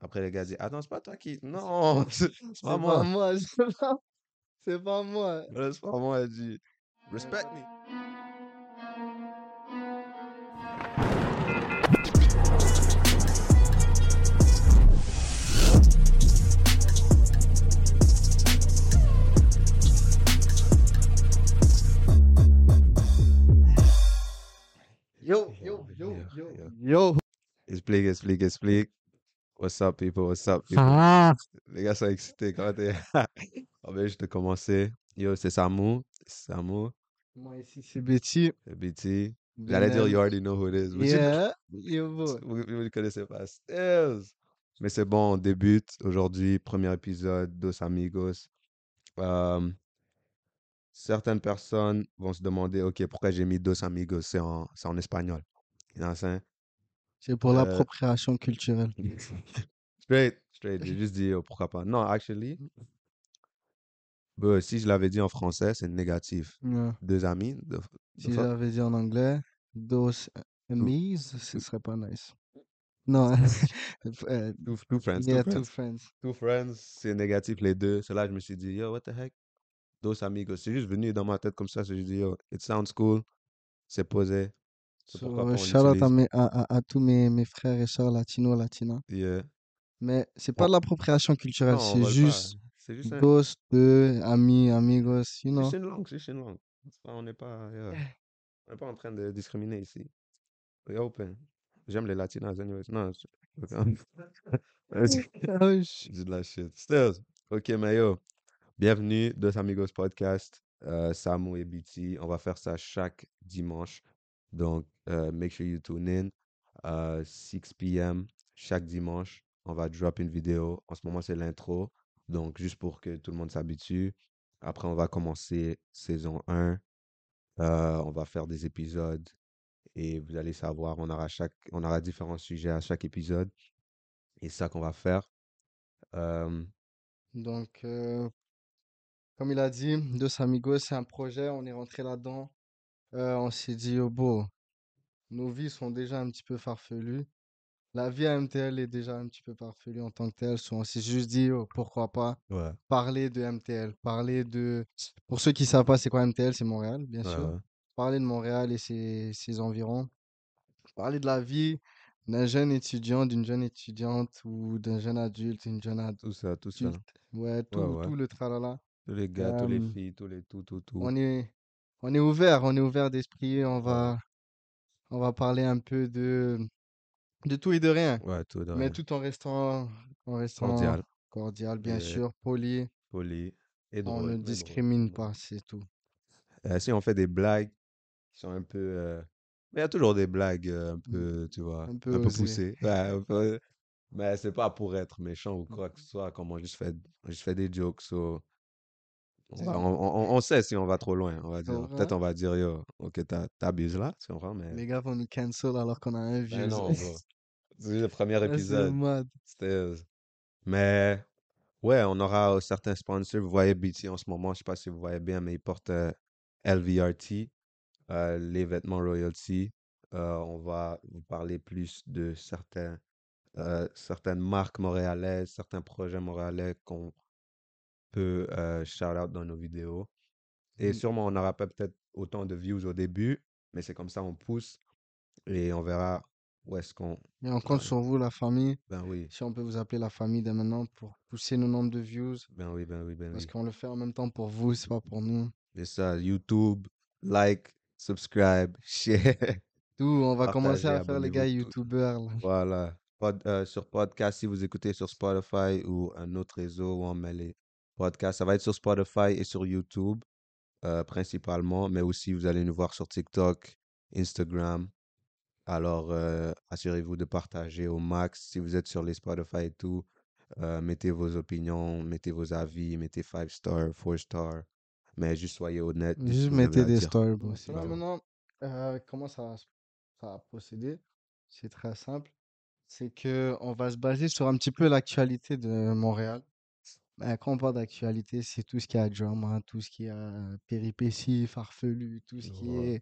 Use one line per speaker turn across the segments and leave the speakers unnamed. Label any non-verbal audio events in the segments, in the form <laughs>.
Après, le gars dit: «Attends, c'est pas toi qui non, <laughs> c'est c'est pas
C'est pas
Ah, moi». <laughs>
moi, <laughs> c'est pas, c'est pas moi.
Voilà, c'est pas moi, elle dit: «Respect me».
Yo, yo, yo, yo, yo.
Explique, explique, explique. What's up, people? What's up, people?
Ah,
Les gars sont excités. Comment t'es? <laughs> Oh, ben, On vient juste de commencer. Yo, c'est Samu. C'est Samu.
moi ici, c'est Betty.
le BT. J'allais dire, you already know who it is. but you-
Yeah, yo, bro.
Vous ne connaissez pas. Stills. Mais c'est bon, on débute aujourd'hui. Premier épisode, Dos Amigos. Euh, certaines personnes vont se demander, OK, pourquoi j'ai mis Dos Amigos? C'est en, c'est en espagnol. You know what I'm saying?
C'est pour
Euh,
l'appropriation culturelle.
Straight, straight. J'ai juste dit, oh, pourquoi pas. Non, actually, bah, si je l'avais dit en français, c'est négatif.
Yeah.
Deux amis. the f- the
Si
fuck?
j'avais dit en anglais, dos amis, ce serait pas nice. Non, <laughs>
<laughs>
euh,
Two, two friends.
yeah,
two friends.
two friends.
Two friends, c'est négatif les deux. C'est là que je me suis dit, yo, what the heck? Dos amigos. C'est juste venu dans ma tête comme ça. Je me suis dit, yo, it sounds cool. C'est posé. C'est
So, euh,
pourquoi pas on
shout out à,
l'utilise.
mes- à, à, à tous mes, mes frères et sœurs latinos, latinas.
Yeah.
Mais c'est pas
On-
de l'appropriation culturelle,
Ah. Non, on
c'est
va le
juste
faire. C'est juste un-
dos de amis, amigos, you
c'est
know.
juste une langue. C'est juste une langue. C'est pas- on n'est pas,
<laughs>
yeah. on n'est pas en train de discriminer ici. We're open. J'aime les latinos, anyways. Non, je- je <laughs>
<laughs> Ah, je-
dis de la shit. Stills. Ok, Mayo. Bienvenue Dos Amigos Podcast. Euh, Samu et BT, on va faire ça chaque dimanche. Donc, euh, make sure you tune in. Euh, 6 p.m. chaque dimanche, on va drop une vidéo. En ce moment, c'est l'intro. Donc, juste pour que tout le monde s'habitue. Après, on va commencer saison 1. Euh, on va faire des épisodes et vous allez savoir, on aura, chaque, on aura différents sujets à chaque épisode. Et c'est ça qu'on va faire. Euh,
Donc, euh, comme il a dit, Dos Amigos, c'est un projet, on est rentré là-dedans. Euh, on s'est dit, oh bon, nos vies sont déjà un petit peu farfelues. La vie à MTL est déjà un petit peu farfelue en tant que telle. so on s'est juste dit, oh, pourquoi pas
ouais,
parler de MTL, parler de... Pour ceux qui savent pas c'est quoi MTL, c'est Montréal, bien
ouais,
sûr.
ouais.
Parler de Montréal et ses, ses environs. Parler de la vie d'un jeune étudiant, d'une jeune étudiante ou d'un jeune adulte, une jeune adulte.
Tout ça, tout ça.
Ouais, tout,
ouais.
tout le tralala.
Tous les gars, tous les
Euh,
filles, tous les tout, tout, tout.
on est, on est ouvert, on est ouvert d'esprit, on
Ouais.
va, on va parler un peu de, de tout et de rien,
Ouais, tout dans
mais tout en restant, en restant
cordial,
cordial, bien
Yeah.
sûr, poli,
poli et
on
drôle.
ne
mais drôle.
discrimine
Ouais.
pas, c'est tout.
Euh, si on fait des blagues qui sont un peu. euh, Mais il y a toujours des blagues euh, un peu, tu vois,
Mmh, Un
un
peu
peu,
osées.
poussées. Ouais, un peu- Mais c'est pas pour être méchant
Mmh.
ou quoi que ce soit, comme on juste fait, on juste fait des jokes. so, On,
C'est
va-
ça.
on, on- on- on sait si on va trop loin, on va dire.
vrai.
Peut-être on va dire, yo, ok, t'as- t'abuses là, tu comprends, mais.
Les gars vont nous cancel alors qu'on a un
Ben
<laughs> vieux.
non, bro. C'est le premier
Ah, C'est
épisode.
mad.
C'était- Mais ouais, on aura euh, certains sponsors. Vous voyez BT en ce moment, je sais pas si vous voyez bien, mais ils portent euh, LVRT, euh, les vêtements royalty. Euh, on va vous parler plus de certains, euh, certaines marques montréalaises, certains projets montréalais qu'on peut euh, shout out dans nos vidéos. Et
Mm.
sûrement, on n'aura pas peut-être autant de views au début, mais c'est comme ça, on pousse et on verra où est-ce qu'on.
Et on compte
Ouais.
sur vous, la famille,
Ben oui,
si on peut vous appeler la famille dès maintenant pour pousser nos nombres de views,
ben oui, ben oui, ben
parce
oui.
qu'on le fait en même temps pour vous, c'est pas pour nous.
C'est ça, YouTube, like, subscribe, <laughs> share.
Tout, on va
Partagez,
commencer à faire les
abonnez-vous,
gars
tout.
youtubeurs là.
Voilà. Pod- euh, sur podcast, si vous écoutez sur Spotify ou un autre réseau où on met les podcasts, ça va être sur Spotify et sur YouTube euh, principalement, mais aussi vous allez nous voir sur TikTok, Instagram. Alors, euh, assurez-vous de partager au max. Si vous êtes sur les Spotify et tout, euh, mettez vos opinions, mettez vos avis, mettez 5 stars, 4 stars. Mais juste soyez honnête. dites ce
Juste
que vous avez
mettez
à
des
dire.
stories, bro.
Ouais,
Sinon,
vidéo.
maintenant, euh, comment ça va, se- ça va procéder? C'est très simple. C'est que on va se baser sur un petit peu l'actualité de Montréal. Euh, quand on parle d'actualité, c'est tout ce qui a drama, tout ce qui a péripéties, farfelu, tout ce qui
Ouais.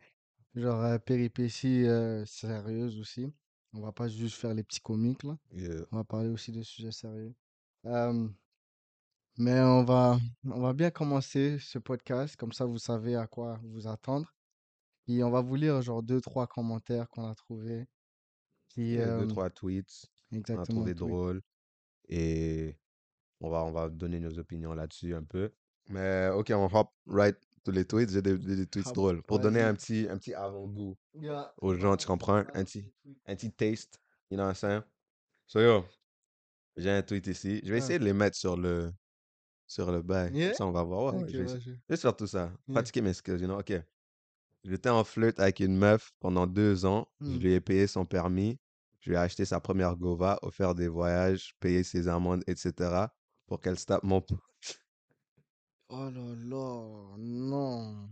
est genre euh, péripéties euh, sérieuses aussi. On va pas juste faire les petits comiques là.
Yeah.
On va parler aussi de sujets sérieux. Euh, mais on va, on va bien commencer ce podcast, comme ça vous savez à quoi vous attendre. Et on va vous lire genre deux, trois commentaires qu'on a trouvés. Qui,
Yeah, deux,
euh,
trois tweets. On a
exactement,
trouvé
tweet.
drôle. Et on va, on va donner nos opinions là-dessus un peu. Mais ok, on hop right tous les tweets. J'ai des, des- des tweets
Hop,
drôles. Pour donner
vas-y.
un petit, un petit avant-goût
Yeah.
aux gens, tu comprends? Un petit, un petit taste. You know what I'm saying? So yo, j'ai un tweet ici. Je vais
Ah.
essayer de les mettre sur le, sur le bail.
Yeah?
Comme ça, on va voir. Ouais, ouais,
Ok,
je vais essayer.
vas-y.
Juste faire tout ça.
Yeah.
Pratiquer mes skills, you know? Ok. J'étais en flûte avec une meuf pendant deux ans. Je
Hmm.
lui ai payé son permis. Je lui ai acheté sa première Gova, offert des voyages, payé ses amendes, etc. pour qu'elle se tape mon p-
Oh là là, non.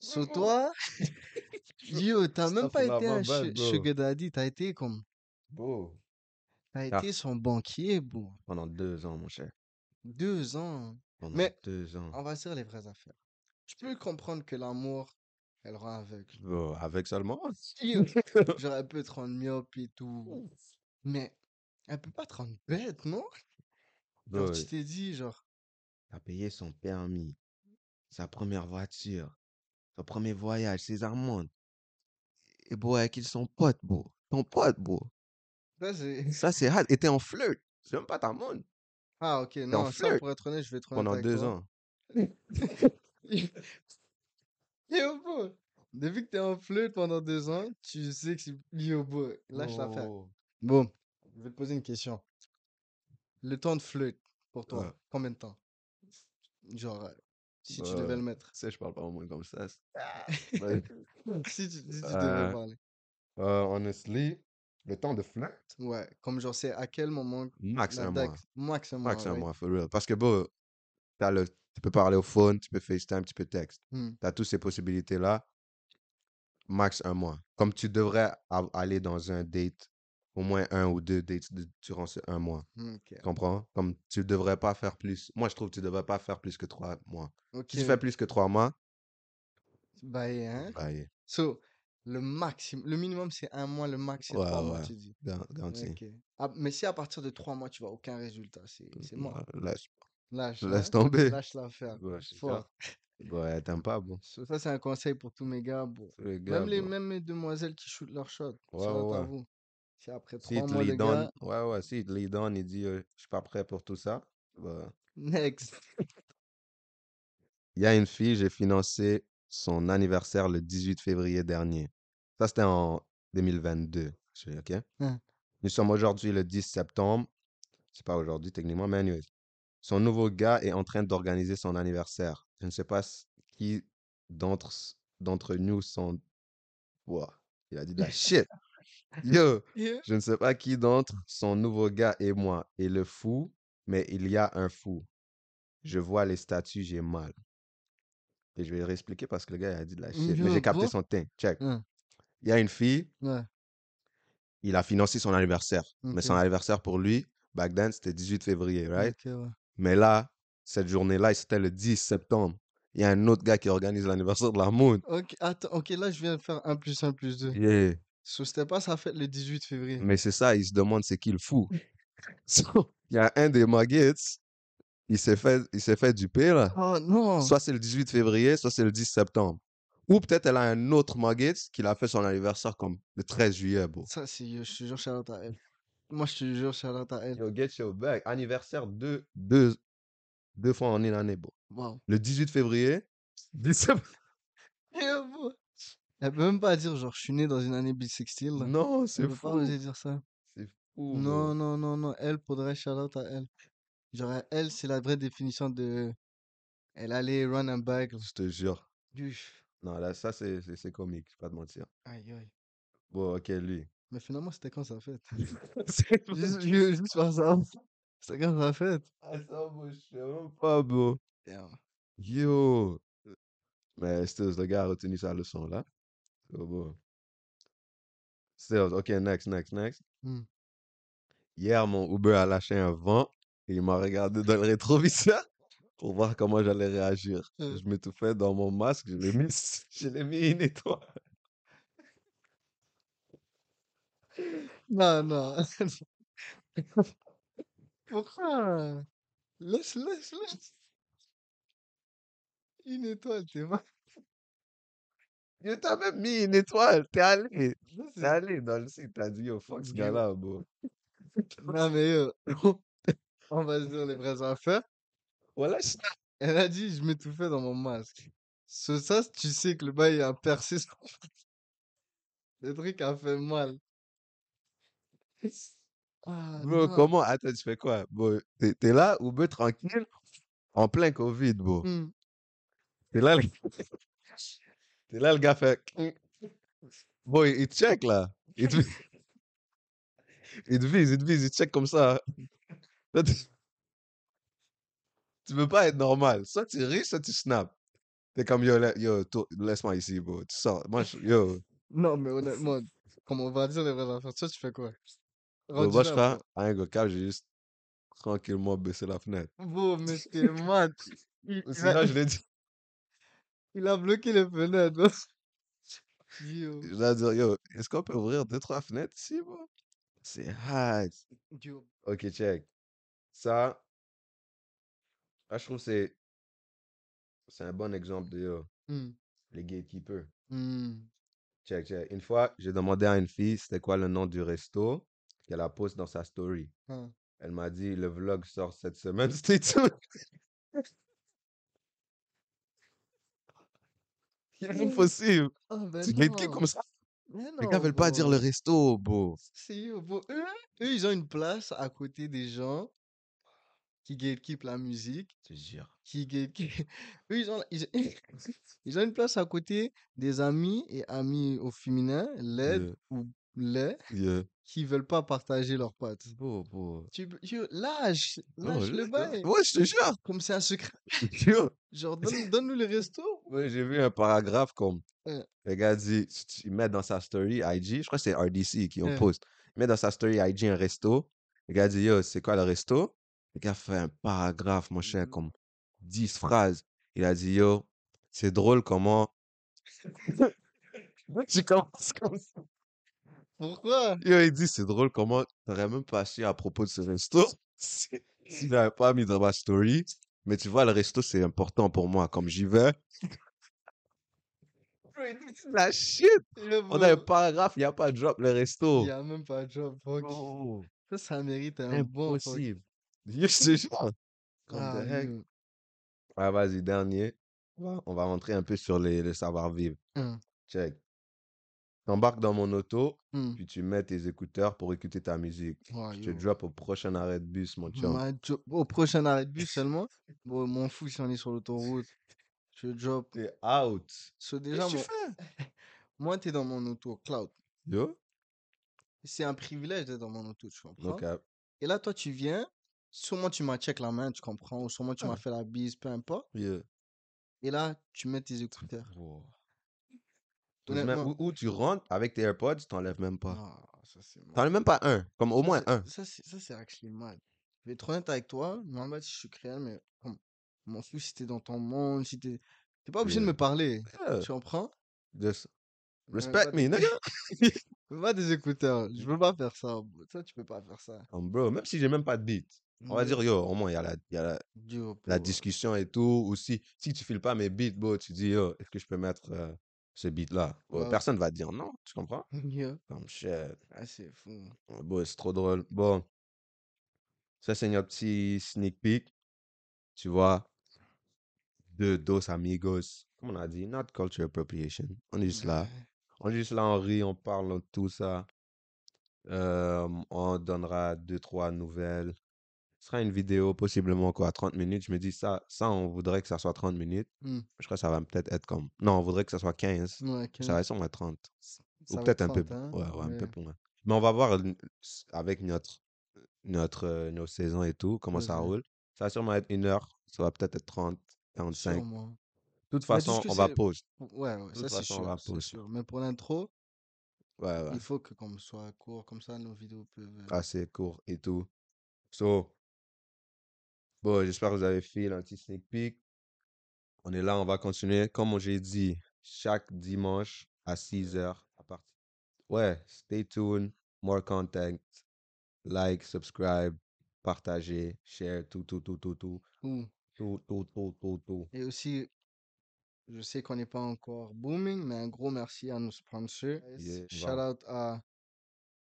Sur <laughs> toi, yo, t'as même pas
Astaghfirullah,
été
my
un
bad,
su-
bro.
sugar daddy, t'as été comme,
Bro.
t'as
Ah,
été son banquier, bro.
pendant deux ans, mon cher.
Deux ans.
Pendant
Mais
deux ans.
on va se dire les vraies affaires. Je peux comprendre que l'amour, elle rend aveugle.
Bro, avec seulement.
<laughs> Yo,
<laughs>
genre elle peut te rendre myope et tout, mais elle peut pas te rendre bête, non? <laughs> Genre tu
Bro,
t'es dit, genre,
t'as payé son permis, sa première voiture, son premier voyage, ses amendes. Et bro, avec qui son pote, bro. Ton pote, bro.
ça c'est... <laughs>
Ça, c'est hard. Et t'es en flirt. C'est même pas ta monde.
Ah ok,
T'es en
non, ça
flirt.
pour être honnête, je vais être honnête
pendant
avec
deux
toi.
ans.
<laughs> Yo, boy. Depuis que t'es en flûte pendant deux ans, tu sais que c'est... Yo, boy, lâche l'affaire.
Bro.
Bon, je vais te poser une question. Le temps de flûte, pour toi,
Ouais.
combien de temps? Genre, euh, si tu devais
Bah,
le
tu
mettre.
sais, je parle pas au moins comme ça. c'est- Ah,
<laughs>
ouais.
Si tu, si tu devais
Euh,
parler.
euh, honestly, le temps de flirt,
Ouais, comme genre, c'est à quel moment
max
la
un
dague...
mois.
Max un mois,
Max un
right?
mois, for real. Parce que, bro, t'as le, tu peux parler au phone, tu peux FaceTime, tu peux texte.
Hmm.
T'as toutes ces possibilités-là, max un mois. Comme tu devrais a- aller dans un date, au moins un ou deux dates de- durant ce un mois.
mmh, Ok,
Tu comprends? Comme tu devrais pas faire plus. Moi, je trouve que tu devrais pas faire plus que trois mois. Si tu fais
ok.
plus que trois mois,
Bah, et, hein?
bah, yeah.
So, le maximum, le minimum c'est un mois, le max c'est
Ouais,
trois mois,
ouais,
tu dis.
gar- garanti.
Ok. Ah, mais si à partir de trois mois tu vois aucun résultat, c'est c'est mort.
Mmh, Ouais, Laisse,
Lâche,
laisse
hein?
tomber.
Lâche l'affaire.
<laughs> Ouais, je sais pas.
Fort.
Ouais, t'aimes pas, bon.
So, ça, c'est un conseil pour tous mes gars. Bon.
C'est Le
Même
gars,
les,
bon.
même les demoiselles qui shootent leur shot.
Ouais,
Shout out
ouais,
à
ouais.
vous. Si après
S'il
trois
te
mois,
les
le
donne,
gars,
ouais, ouais, s'il te les donne, il dit, euh, je suis pas prêt pour tout ça. bah,
<laughs> next.
<laughs> Il y a une fille, j'ai financé son anniversaire le 18 février dernier. Ça, c'était en 2022. Je fais, OK?
Hein.
Nous sommes aujourd'hui le 10 septembre. C'est pas aujourd'hui techniquement, mais anyways. Son nouveau gars est en train d'organiser son anniversaire. Je ne sais pas s- qui d'entre s- d'entre nous sont. Ouah, il a dit de la shit. Yo,
Yeah.
je ne sais pas qui d'entre son nouveau gars et moi est le fou, mais il y a un fou. Je vois les statues, j'ai mal. Et je vais réexpliquer parce que le gars il a dit de la shit. Mais
Yo,
j'ai capté
bon.
son teint. Check.
Hein,
Il y a une fille,
Ouais.
il a financé son anniversaire. Mais son
Ok.
anniversaire pour lui, back then, c'était 18 février, right?
Ok, ouais.
Mais là, cette journée-là, c'était le 10 septembre. Il y a un autre gars qui organise l'anniversaire de la moon.
Ok, attends. Ok, là, je viens de faire 1 plus 1 plus 2.
Yeah.
So, c'était pas sa fête le 18 février.
Mais c'est ça, il se demande c'est qui le fou. <laughs> So, il y a un des Muggets, il s'est fait, il s'est fait duper là.
Oh non.
Soit c'est le 18 février, soit c'est le 10 septembre. Ou peut-être elle a un autre Muggets qui l'a fait son anniversaire comme le 13 juillet, bro.
Ça, c'est, je te jure, shout à elle. Moi, je te jure, shout à elle.
Yo, get your bag. Anniversaire deux, deux, deux fois en une année, bro.
Waouh.
Le 18 février, 10 septembre.
Yeah, bro. Elle peut même pas dire, genre, je suis né dans une année bisextile. là.
Non,
Elle
c'est
peut pas
fou.
oser dire ça.
C'est fou,
Non,
bro.
non, non, non. Elle, faudrait shout à elle. Genre, elle, c'est la vraie définition de. Elle allait run and back.
Je te jure.
Duf.
Non, là, ça, c'est c'est- c'est comique, je vais pas te mentir.
Aïe, aïe.
Bon, ok, lui.
Mais finalement, c'était quand sa fête?
<laughs> C'est
Juste, ju- juste par ça. C'était quand sa fête?
Ah, ça, bro, je sais même pas, euh, bro.
Damn.
Yo. Mais still, le gars a retenu sa leçon, là. So, bro. Still, ok, next, next, next.
Hmm.
Hier, mon Uber a lâché un vent et il m'a regardé dans le <laughs> rétroviseur pour voir comment j'allais réagir.
Euh,
Je m'étouffais dans mon masque, <laughs> je <laughs> l'ai mis, je l'ai mis une étoile.
Non, non. <laughs> Pourquoi? Laisse, laisse, laisse. Une étoile, t'es mal.
Je t'ai même mis une étoile. T'es allé.
Je
T'es
sais.
allé dans le site. T'as dit, yo, fuck ce
Gros.
gars-là, bro.
Non, mais euh, <laughs> on va se dire les vraies affaires.
Voilà, je-
Elle a dit, je m'étouffais dans mon masque. Ce, ça, tu sais que le bail a percé son... <laughs> Le truc a fait mal. Ah,
Bro,
non.
comment? Attends, tu fais quoi? Bro, t'es t'es là, Uber tranquille, en plein Covid, bro.
Hmm.
T'es là, le... <laughs> t'es là, le gars fait.
Hum.
Bro, il il check là. Il
<laughs>
te... il te vise, il te vise, il check comme ça. Toi, tu... tu veux pas être normal. Soit tu ris, soit tu snaps. T'es comme yo, la- yo, to- laisse-moi ici, bro. Tu sors. Moi, je... yo,
Non, mais honnêtement, comme on va dire les vraies affaires, toi, tu fais quoi?
bro,
Rendu
moi, je
là,
fais
bro.
un gros cap, j'ai juste tranquillement baissé la fenêtre.
Bro, mais t'es mal. Il,
Ou
il a,
Sinon, je l'ai dit,
il a bloqué les fenêtres, hein. bro.
<laughs>
Yo,
je dois dire, yo, est-ce qu'on peut ouvrir deux, trois fenêtres ici, bro? C'est hard.
yo.
Ok, check. Ça, là, je trouve que c'est c'est un bon exemple de yo,
Hmm,
les gatekeepers.
hmm.
Check, check. Une fois, j'ai demandé à une fille c'était quoi le nom du resto qu'elle a posté dans sa story.
Hein.
Elle m'a dit le vlog sort cette semaine, <laughs> c'était
<laughs>
tout. C'est
Mais-
impossible.
Ah, ben
Tu gatekeep
non.
comme ça.
Mais
Les gars
non,
veulent pas dire le
bro.
resto, bro.
C'est eux, bro. Eux, eux, ils ont une place à côté des gens qui gatekeep la musique,
Je te jure.
qui gatekeep... <laughs> Eux, ils ont, ils, <laughs> ils ont une place à côté des amis et amis au féminin, laid
Yeah,
ou les,
yeah.
qui veulent pas partager leurs pattes.
Bro, bro.
Tu, peux- tu lâche,
Bro, là,
lâche le
là.
bail.
Ouais, je te jure. <laughs>
Comme c'est un secret.
Je te jure.
Genre, donne, donne-nous les restos.
Ouais, j'ai vu un paragraphe comme
Euh,
le gars dit, tu- tu- il met dans sa story IG, je crois que c'est RDC qui en
euh,
poste. Il met dans sa story IG un resto. Le gars dit, yo, c'est quoi le resto? Le gars fait un paragraphe, mon cher,
Mhm.
comme 10 phrases. Il a dit, yo, c'est drôle <laughs> comment. Tu commences comme ça.
Pourquoi?
Yo, il dit, c'est drôle comment t'aurais même pas su à propos de ce resto <laughs> si,
<laughs>
si j'avais pas mis dans ma story. Mais tu vois, le resto, c'est important pour moi. Comme j'y
<laughs>
vais, Bro, il dit, c'est de la shit.
Eh,
On a un
bro,
paragraphe, il n'y a pas de drop, le
Il n'y
resto.
a même pas de job, fuck.
Bro,
Ça, ça mérite un bon fuck.
Oh. impossible. <laughs> Yo, je te jure. Comme the
Ah,
heck.
yo.
Ah, vas-y, dernier. On va on va rentrer un peu sur les, le savoir-vivre.
Hein,
Check. T'embarques dans mon auto,
hmm.
puis tu mets tes écouteurs pour écouter ta musique.
Ah,
Je te
yo.
drop au prochain arrêt de bus, mon chum.
Ma job- Au prochain arrêt de
<laughs>
bus seulement. Bon, m'en fous si on est sur l'autoroute. Je drop.
T'es out.
So, déjà,
Qu'est-ce que tu
mon...
fais?
moi, t'es dans mon auto, cloud.
Yo?
C'est un privilège d'être dans mon auto, tu comprends?
Ok. Ah,
Et là, toi, tu viens. Sûrement, tu m'as check la main, tu comprends? Ou sûrement, tu m'as fait la bise, peu importe.
yeah.
Et là, tu mets tes écouteurs.
Wow. T'oses même-
Honnêtement,
Ou, ou tu rentres avec tes AirPods, t'enlèves même pas.
non, Ah, ça c'est mal.
T'enlèves même pas un. Comme au
Ça
moins
c'est
un.
ça c'est ça c'est actually mal. Je vais être honnête avec toi, normal si je suis créole, mais comme, je m'en fous si t'es dans ton monde, si t'es t'es pas obligé de
Yeah.
me parler.
Yeah.
Tu comprends?
Just
Même pas
euh, respect
des
me, nigga.
même pas des écouteurs. Je peux pas faire ça. bro. Ça tu peux pas faire ça.
Um, bro, même si j'ai même pas de beat, on va
Mais
dire, yo, au moins, il y a la, y a la,
Dieu
la
<laughs> bro.
discussion et tout. Ou si, si tu files pas mes beats, bro, tu dis, yo, est-ce que je peux mettre euh, ce beat-là? Bro,
Ouais.
personne va dire non, tu comprends?
Dieu.
Comme shit.
Ah c'est fou.
Bro, c'est trop drôle. Bon, ça, c'est notre petit sneak peek, tu vois, de Dos Amigos. Comme on a dit, not culture appropriation. On est juste là.
Ouais.
On est juste là, on rit, on parle de tout ça. Euh, on donnera deux, trois nouvelles. Ce sera une vidéo, possiblement quoi, 30 minutes. Je me dis ça, ça, on voudrait que ça soit 30 minutes.
Hmm.
Je crois que ça va peut-être être comme. Non, on voudrait que ça soit 15.
Ouais,
Ça
15.
va être sûrement 30. Ou
Ça va être
peut-être un peu.
30, hein?
Ouais, ouais, un peu
Ouais.
plus loin. Mais on va voir euh, s- avec notre, notre, euh, nos saisons et tout, comment ça
Vas-y.
roule. Ça va sûrement être une heure. Ça va peut-être être 30, 45. De
Sûrement.
toute
Mais tout ce
façon,
que
on va
c'est.
pause.
Ouais, ouais,
De toute
ça c'est
façon, on
sûr,
va
c'est
pause.
sûr. Mais pour l'intro,
Ouais, Ah. ouais.
il faut que comme soit court, comme ça nos vidéos peuvent. euh,
Assez court et tout. So, bon, j'espère que vous avez fait un petit sneak peek. On est là, on va continuer. Comme j'ai dit, chaque dimanche à 6h. À partir... Ouais, stay tuned. more content, like, subscribe, partager, share, tout, tout, tout, tout, tout,
Tout.
tout, tout, tout, tout, tout.
Et aussi, je sais qu'on n'est pas encore booming, mais un gros merci à nos sponsors.
Yeah,
Shout
wow.
out à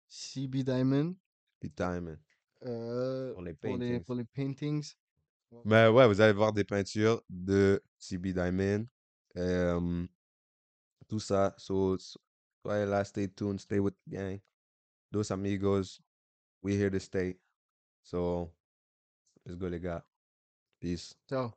CB Diamond
Big time, man.
euh,
Pour les
pour les,
paintings.
pour les paintings. Ouais.
Mais ouais, vous allez voir des peintures de CB Diamond. Euh, tout ça. So, so- soyez là, stay tuned, stay with the gang. Dos amigos, we here to stay. So, let's go, les gars. Peace.
Ciao.